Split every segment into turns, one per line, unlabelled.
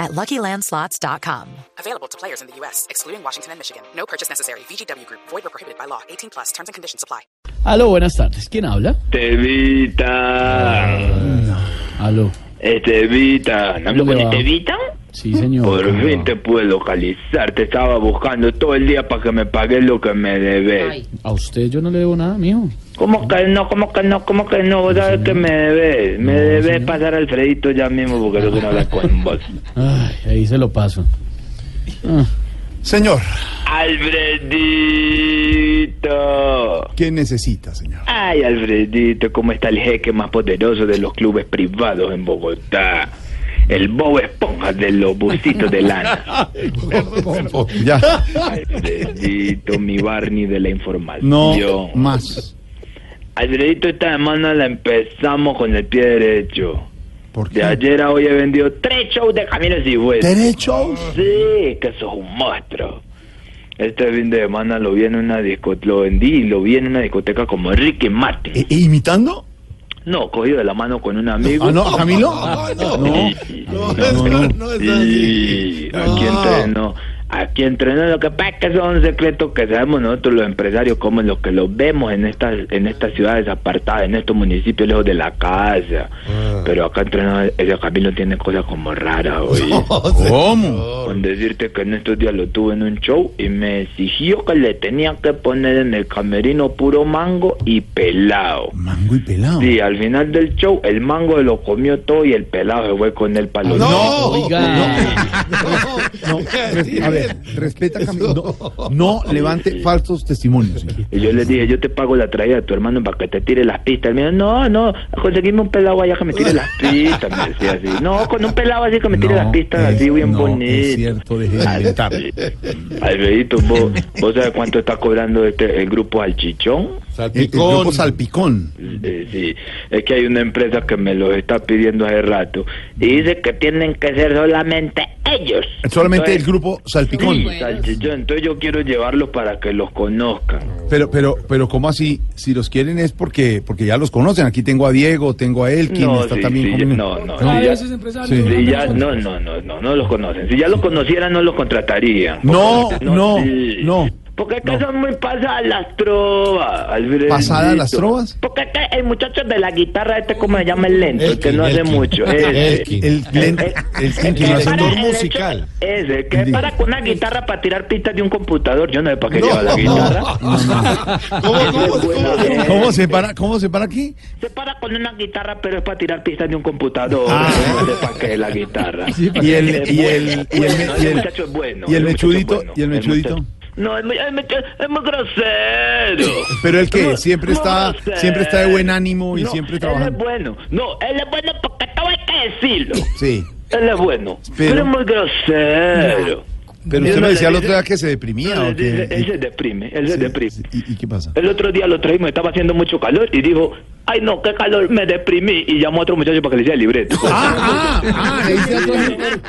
at luckylandslots.com.
Available to players in the U.S., excluding Washington and Michigan. No purchase necessary. VGW Group, void or prohibited by law. 18 plus terms and conditions apply.
Aló, buenas tardes. ¿Quién habla?
Tevita,
Aló.
Estevita, ¿hablo
¿Dónde va?
con Estevita?
Sí, señor.
Por
¿Cómo
fin
va?
te pude localizar, te estaba buscando todo el día para que me pagues lo que me debes.
A usted yo no le debo nada, mijo.
¿Cómo que no? ¿Cómo que no? ¿Cómo que no? ¿Vos sabes que me debes? Me debes pasar a Alfredito ya mismo porque yo quiero hablar con vos.
Ay, ahí se lo paso. Ah,
Señor,
¡Alfredito!
¿qué necesita, señor?
Ay, Alfredito, cómo está el jeque más poderoso de los clubes privados en Bogotá. El Bob Esponja de los busitos de lana.
ya,
Alfredito, mi Barney de la información.
no más.
Alfredito, esta semana la empezamos con el pie derecho.
¿Por
De
qué?
ayer a hoy he vendido tres shows de Camilo Cifuentes.
¿Derechos?
Sí, que sos un monstruo. Este fin de semana lo vi en una discoteca, lo vendí y lo vi en una discoteca como Ricky Martin.
¿E- e ¿Imitando?
No, cogido de la mano con un amigo.
Ah, no, Camilo. no,
no,
no, no,
Sí, aquí entreno. Aquí entreno. Lo que pasa es que son secretos que sabemos nosotros los empresarios, como los que los vemos en estas en estas ciudades apartadas, en estos municipios lejos de la casa.
Ah.
Pero acá entreno, ese Camilo tiene cosas como raras, oye.
¿Cómo?
Con decirte que en estos días lo tuve en un show y me exigió que le tenía que poner en el camerino puro mango y pelado.
Mango y pelado.
Sí, al final del show el mango lo comió todo y el pelado se fue con el palo.
Oiga.
No, res- a ver, respeta a Camilo. No, no levante falsos testimonios, señor.
Y yo les dije, yo te pago la traída de tu hermano para que te tire las pistas. Me dijo, no, no, conseguime un pelado allá que me tire las pistas. Me decía así, no, con un pelado así que me tire las pistas,
es-
así bien
no, Es
bonito.
cierto, deje de inventar.
Alfredito, ¿vos, vos sabes cuánto está cobrando este, el grupo Alchichón?
El, el grupo Salpicón.
Eh, sí, es que hay una empresa que me los está pidiendo hace rato y dice que tienen que ser solamente ellos.
Solamente el
Entonces,
grupo Salpicón.
Sí, salchichón. Entonces yo quiero llevarlos para que los conozcan.
Pero, pero, pero, ¿cómo así? Si los quieren es porque, porque ya los conocen. Aquí tengo a Diego, tengo a Elkin,
No,
está
sí,
también
sí,
conmigo.
no, no, sí, ya-
Sí.
Sí, ya, no, no, no, no, no los conocen. Si ya los conocieran, no los contratarían.
No,
Porque-
no,
sí.
no.
Porque es que
no.
son muy pasadas las trovas. Alfredito.
¿Pasadas las trovas?
Porque es que el muchacho de la guitarra, este como se llama el lento, el que no hace mucho. ese.
El, el, el,
Eh,
el
que para
director
el hecho-
musical.
Ese, que
Diga.
para con una guitarra para tirar pistas de un computador. Yo no sé para qué lleva la guitarra. eh,
¿Cómo, cómo se para, ¿Cómo se para aquí?
Se para con una guitarra, pero es para tirar pistas de un computador. Yo No sé para qué es la guitarra.
Y Ah. el, y el, y el, y el,
Bueno,
y el-
muchacho es bueno.
y el
el muchacho es
mechudito,
bueno,
y el
el
mechudito.
muchacho- No, es muy, es muy- es muy grosero.
Pero el que
No,
siempre
no,
está,
grosero.
siempre está de buen ánimo y
No,
siempre
Él es
trabajando.
bueno. No, él es bueno porque todo hay que decirlo.
Sí.
Él es bueno.
Pero-
Pero, es muy grosero.
Pero
Yo
usted
no
me decía
le-
el otro día que se deprimía o
Él, él
que.
se deprime, él se deprime.
¿Y, y qué pasa?
El otro día lo traímos, estaba haciendo mucho calor y dijo, ay no, qué calor, me deprimí. Y llamó a otro muchacho para que le hiciera el libreto.
Ah, ah, ah, le dice a todo el-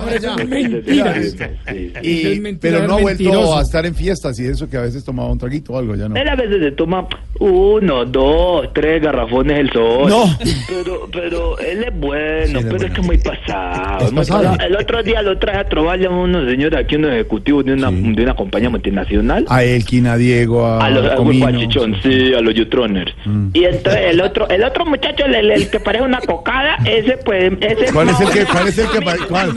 Ahora ya.
Sí, sí, sí.
Y-
Es mentira,
pero no ha
es
vuelto
mentiroso.
a estar en fiestas y eso que a veces tomaba un traguito o algo, ya no.
Él a veces se toma uno, dos, tres garrafones el sol.
No.
Pero, pero él es bueno,
él es
pero es
bueno.
que es muy pasado.
Es
muy
pasado.
pasado. El otro día lo traje a trobarle a unos señores aquí, unos ejecutivos de una,
Sí.
de una compañía multinacional.
A Elkin, a Diego, a,
A los a
Comino. Mm.
Guachichón, sí, a los Jutroners. Y entonces el otro, el otro muchacho, el, el- el que parece una cocada, ese pues, ese
¿Cuál es el
más
que,
o
cuál es el que,
menos-
cuál?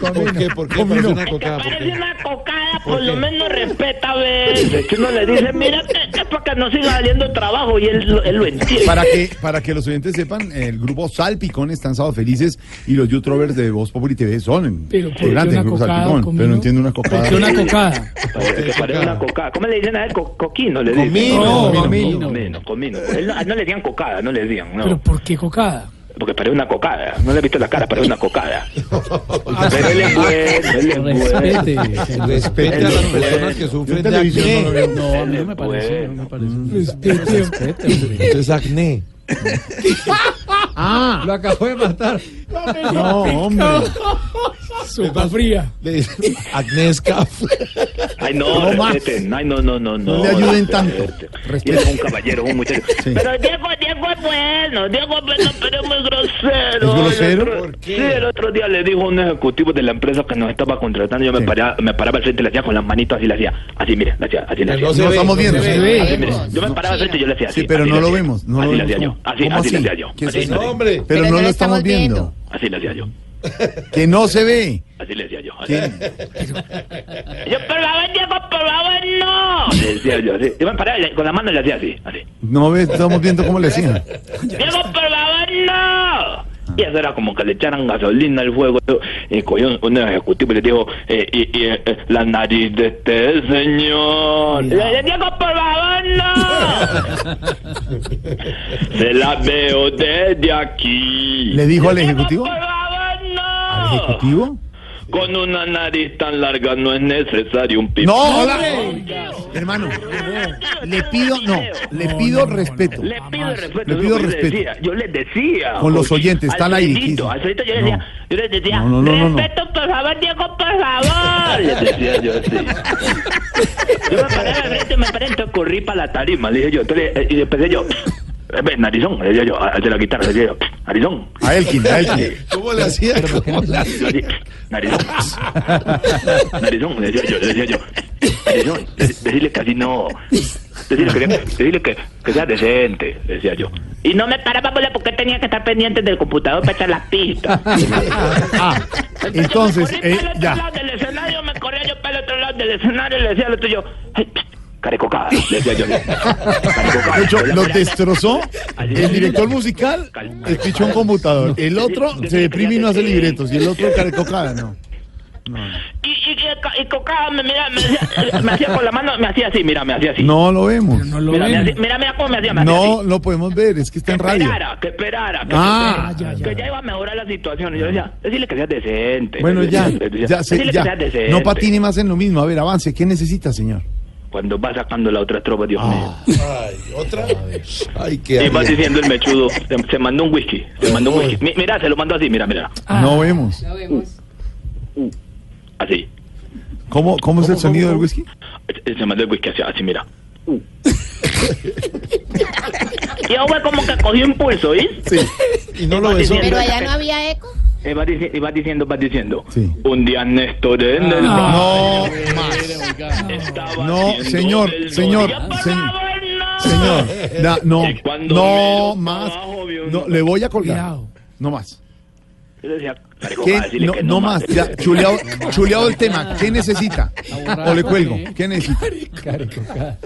¿Por qué? ¿Por qué? Parece una
El que
cocada. ¿Por
parece
qué?
una cocada, por lo menos respeta a veces. Que uno le dice, mira, que es para que no siga saliendo trabajo y él, lo- él lo entiende.
Para que, para que los oyentes sepan, el grupo Salpicón están sábado felices y los youtubers de Voz Populi TV son en-
Pero ¿por qué
integrantes
una
del grupo
cocada,
Salpicón.
Comino?
Pero no entiendo una cocada.
Porque una cocada.
Parece pues, que parece una cocada. ¿Cómo le dicen a él? Co- coquino, le dicen.
Comino,
No,
comino.
Comino, comino. Él no, no le decían cocada, no le decían, no.
¿Pero por qué cocada?
Porque parece una cocada. No le he visto la cara, parece una cocada. Pero él es bueno, él es bueno.
Respete.
Respete a las personas que sufren de acné.
No, a mí no me parece. No me
Mm.
parece.
Respete, hombre. Eso es acné. Ah, lo acabo de matar.
No, hombre.
Sopa fría. Acné es café.
Ay, no, respeten. Ay, no, no, no, no.
No le ayuden tanto.
respeten. Y él es un caballero, un muchacho. Pero Diego, Diego es bueno. Diego es bueno, pero es muy grosero.
¿Es grosero?
El otro-
¿Por
Sí, el otro día le dijo a un ejecutivo de la empresa que nos estaba contratando. Yo me, paraba, me paraba al frente y le hacía con las manitos así, le hacía. Así, mire, le hacía, así, le hacía.
No se
No
ve,
estamos
no
viendo.
se
sí.
ve.
Así, mire, yo me paraba al frente y yo le hacía así.
Sí, pero
así
no
le
lo
hacía.
vemos. No
así
lo
le hacía
vemos.
yo. Así,
¿Cómo
así le
así?
hacía yo.
¿Qué es
así,
eso?
así,
Hombre.
Pero no lo estamos viendo.
así le hacía yo.
Que no se ve.
Así le decía yo. así.
Que-
Yo, pero la vez, Diego, pero la vez no. Le decía yo así. Yo me paraba y le- con la mano y le hacía así. así.
No ve, estamos viendo cómo le hacían.
Diego, por favor,
Ah.
no. Y eso era como que le echaran gasolina al fuego. Y cogió un, un ejecutivo y le dijo, eh, y- y, eh, eh, la nariz de este señor. Le dije, Diego, por favor, no. Se la veo desde aquí.
¿Le dijo al
Diego,
ejecutivo?
por favor, no.
¿Al ejecutivo?
Con una nariz tan larga no es necesario un pipí.
No, hola. Hermano, le pido, no, le pido respeto.
Le pido respeto. eso
Le
es
pido
lo que yo les
respeto.
decía, Yo les decía.
Con los
Jorge,
oyentes, están
al
ahí,
Alfredito,
sí,
al
sí.
Alfredito yo les
No.
decía, yo les decía,
No, no, no, no, no.
respeto, por favor, Diego, por favor. Les decía yo así. Yo me paré al frente, me paré, entonces corrí para la tarima, le dije yo. Entonces, eh, y empecé yo, eh, ven, narizón, le decía yo, al de la guitarra, le decía yo, narizón.
A Elkin, a Elkin.
¿Cómo le hacía? ¿Cómo le hacía?
Así, narizón. Narizón, le decía yo, le decía yo. Narizón, de- decirle que así no. Decirle que, decirle que, que sea decente, le decía yo. Y no me paraba bola, porque tenía que estar pendiente del computador para echar las pistas.
Ah, entonces,
me corrí
eh,
para el otro
ya.
lado del escenario, me corría yo para el otro lado del escenario y le decía al otro yo, "Ay, pst, carecocada, le decía yo. Carecocada.
De hecho, lo destrozó
Así es.
el director musical, el pichón computador. El otro se deprime y no hace libretos. Y el otro carecocada, no.
Y, y, y, y cocada me, mira, me, hacía, me hacía con la mano, me hacía así, mira, me hacía así.
No lo vemos.
mira, me hacía- mira, mira cómo me hacía, me hacía así.
No lo podemos ver, es que está en radio.
esperara, que esperara, que
Ah,
esperara, que ya iba a mejorar la situación. Y yo decía, decirle que seas decente.
Bueno,
Le
ya,
decía, le decía,
ya, se-
decirle
ya.
que seas decente.
No patine más en lo mismo. A ver, avance. ¿Qué necesita, señor?
Cuando va sacando la otra estrofa,
Ah,
Dios mío.
Ay, otra. Ay,
Y
qué
va
alegría.
diciendo el mechudo, se, se mandó un whisky, se mandó un whisky. Mi- mira, se lo mandó así, mira, mira,
No vemos.
así.
¿Cómo, cómo es el sonido del whisky?
Se se mandó el whisky así, así mira. Y yo güey, como que cogió impulso, ¿y?
Y no lo besó.
Pero allá no había eco.
Y va, dici- y va diciendo, va diciendo.
Sí.
Un día Néstor en el bar
No,
estaba
no,
haciendo
señor,
del
señor,
rodillo. Por
señor.
favor, no.
señor. na- no,
Y cuando
no
miro
más.
abajo, vi un-
No, le voy a colgar. No más.
Yo le decía, "Marico,
¿Qué?
va a decirle
No,
que
no más.
mate".
Ya, chuleado, chuleado el tema. ¿Qué necesita? O le cuelgo. ¿Qué necesita?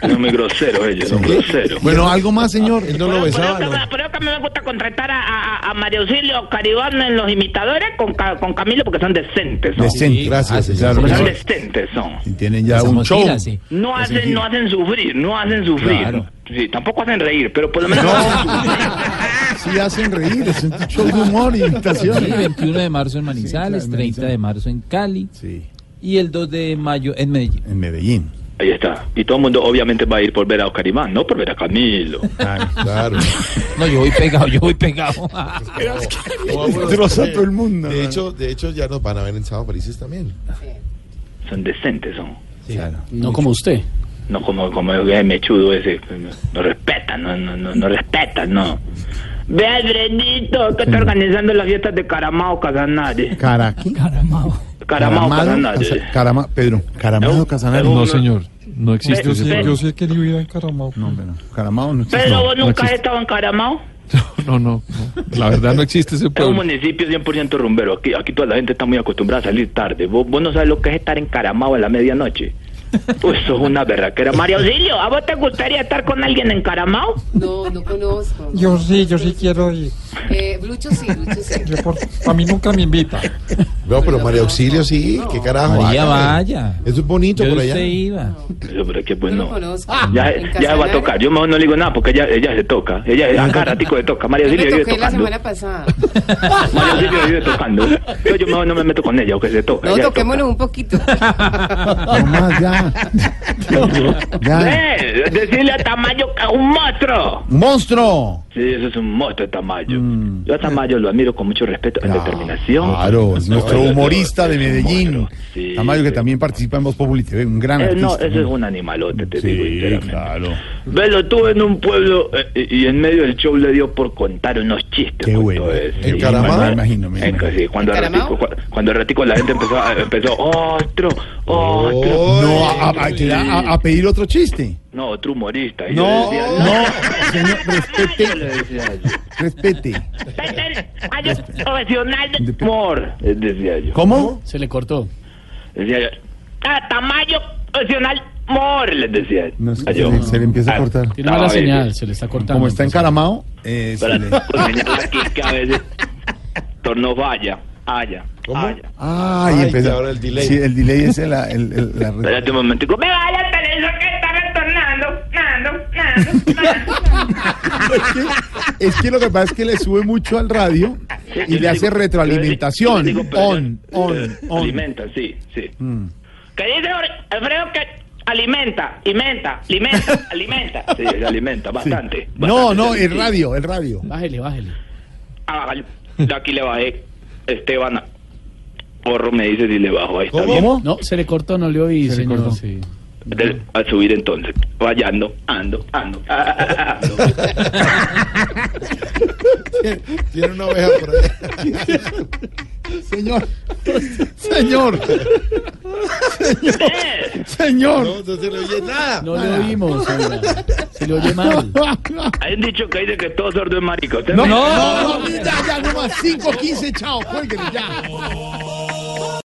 Son muy groseros ellos, son groseros.
Bueno, algo más, señor.
Él no lo
Por eso
besaba.
que
no.
me- por eso que a mí me gusta contratar a, a, a Mario Silvio Caribán en los imitadores con, Ca- con Camilo porque son decentes. Son,
Decente.
gracias,
Gracias.
señor.
Ah, claro,
son
señor.
decentes, son.
Y tienen ya un show.
No hacen, no hacen sufrir, no hacen sufrir. Sí, tampoco hacen reír, pero por lo menos...
Sí hacen reír, es un show de humor y
Sí,
imitación.
21 de marzo en Manizales,
Sí, claro,
30 de marzo en Cali
Sí,
y el 2 de mayo en Medellín.
en Medellín.
Ahí está. Y todo el mundo obviamente va a ir por ver a Caribán, no por ver a Camilo.
Claro.
No, yo voy pegado, yo voy pegado.
Troza a todo el mundo.
De hecho, de hecho, ya nos van a ver en Sábado Felices también.
Son decentes, son.
No como usted.
No como, como el mechudo ese. No, no respetan, no, no, no, no respetan, no. Ve, Alfredito, que está organizando las fiestas de Caramao Casanare.
Caraqui.
Caramao
Casa-
Casanare.
Carama, Pedro. Caramado
No,
Casanare.
no,
No,
No,
Uno-
señor, no existe.
Ve-
ese
ve-
programa. Yo sí he querido ir a Encaramado.
no, hombre, no. Caramado no existe.
Pero vos
no
nunca has
existe.
estado en Caramao.
No, no, no. La verdad no existe ese
Es un
pueblo.
municipio 100% rumbero. Aquí, aquí toda la gente está muy acostumbrada a salir tarde. Vos, vos no sabes lo que es estar en Caramao a la medianoche. Pues eso es una berraquera. María Auxilio, ¿a vos te gustaría estar con alguien en Caramao?
No, no conozco.
Yo sí, yo sí quiero ir.
Eh, Lucho sí, Lucho sí.
a mí nunca me invita.
No, pero María Auxilio sí, qué carajo.
María,
hágame.
vaya.
Eso es bonito
Yo
por
de
allá.
usted iba.
Eso, pero es que pues
No lo
no.
conozco.
Ya,
En casa
ya va
de
a tocar. Yo mejor no le digo nada porque ella, ella se toca. Ella a cada ratico le toca. María
Yo
Auxilio
me
vive
toqué la
tocando.
semana pasada.
María Auxilio vive tocando. Yo, yo mejor no me meto con ella porque se toca.
No,
ella
toquémonos un poquito.
No más, ya.
toca.
ya.
¡Eh! Decirle a Tamayo que es un monstruo.
¡Monstruo!
Sí, eso es un monstruo, Tamayo. Yo a Tamayo lo admiro con mucho respeto en determinación.
Mm. Claro, es nuestro
No,
humorista
es
de
un
Medellín.
monstruo, sí,
Tamayo, que
sí.
también participa en Voz Populi TV, un gran
Eh, no,
artista.
ese es un animalote, te digo
Sí,
sinceramente.
claro.
Velo, tú en un pueblo eh, y y en medio del show le dio por contar unos chistes.
Qué
con
bueno.
todo eso.
Sí,
Encaramado.
Me imagino, me
En
imagino.
que sí, cuando al
¿Encaramado?
ratico, cua- cuando al ratico la gente empezó, a- empezó otro, otro,
No, a, a- a- que da- a- a pedir otro chiste.
no, otro humorista. Y yo
No,
decía,
no, Este- señor,
yo le
respete,
decía yo,
respete.
"Peter, hay un profesional del humor, eh, decía yo.
Este- ¿Cómo?
Se le cortó.
Decía yo, ah, Tamayo, profesional humor, les decía
No, es que
yo.
se le- se le empieza a cortar.
Tiene
Ah,
mala
a ver,
señal, se le está cortando.
Como está
Entonces,
encaramado, eh, se
Para
le-
enseñar aquí que a veces torno vaya, haya,
¿Cómo?
haya.
Ah, y
Ay,
empezó.
ahora el delay.
Sí, el delay es la. El, el- la-
Espérate un momentico. Me vaya el televisor que está retornando, nando, nando, nando.
es, que, es que lo que pasa es que le sube mucho al radio y le hace retroalimentación. On, on, Mm. on.
eh, Alimenta, sí, sí. ¿Qué dice Or- Alfredo que alimenta, alimenta, alimenta, alimenta? Sí, se alimenta bastante.
No, no,
es
el radio, el radio.
Bájele, bájele.
Yo aquí le bajé, Esteban. Porro me dice si le bajo, ahí está bien.
No, se le cortó, no le oí,
Se le
señor.
cortó.
sí.
Del- a subir entonces. Vayando, ando, ando. ah, ah, ah, ando.
Tiene una oveja por allá.
Señor, señor,
Eh,
señor.
No, no se le oye nada.
No le oímos, oiga. Se le oye mal.
Hay un dicho que dice que todo sordo es marica. ¿Usted
No,
me-
no, no, ya, ya, no más. 5, 15, chao, cuélguenle ya.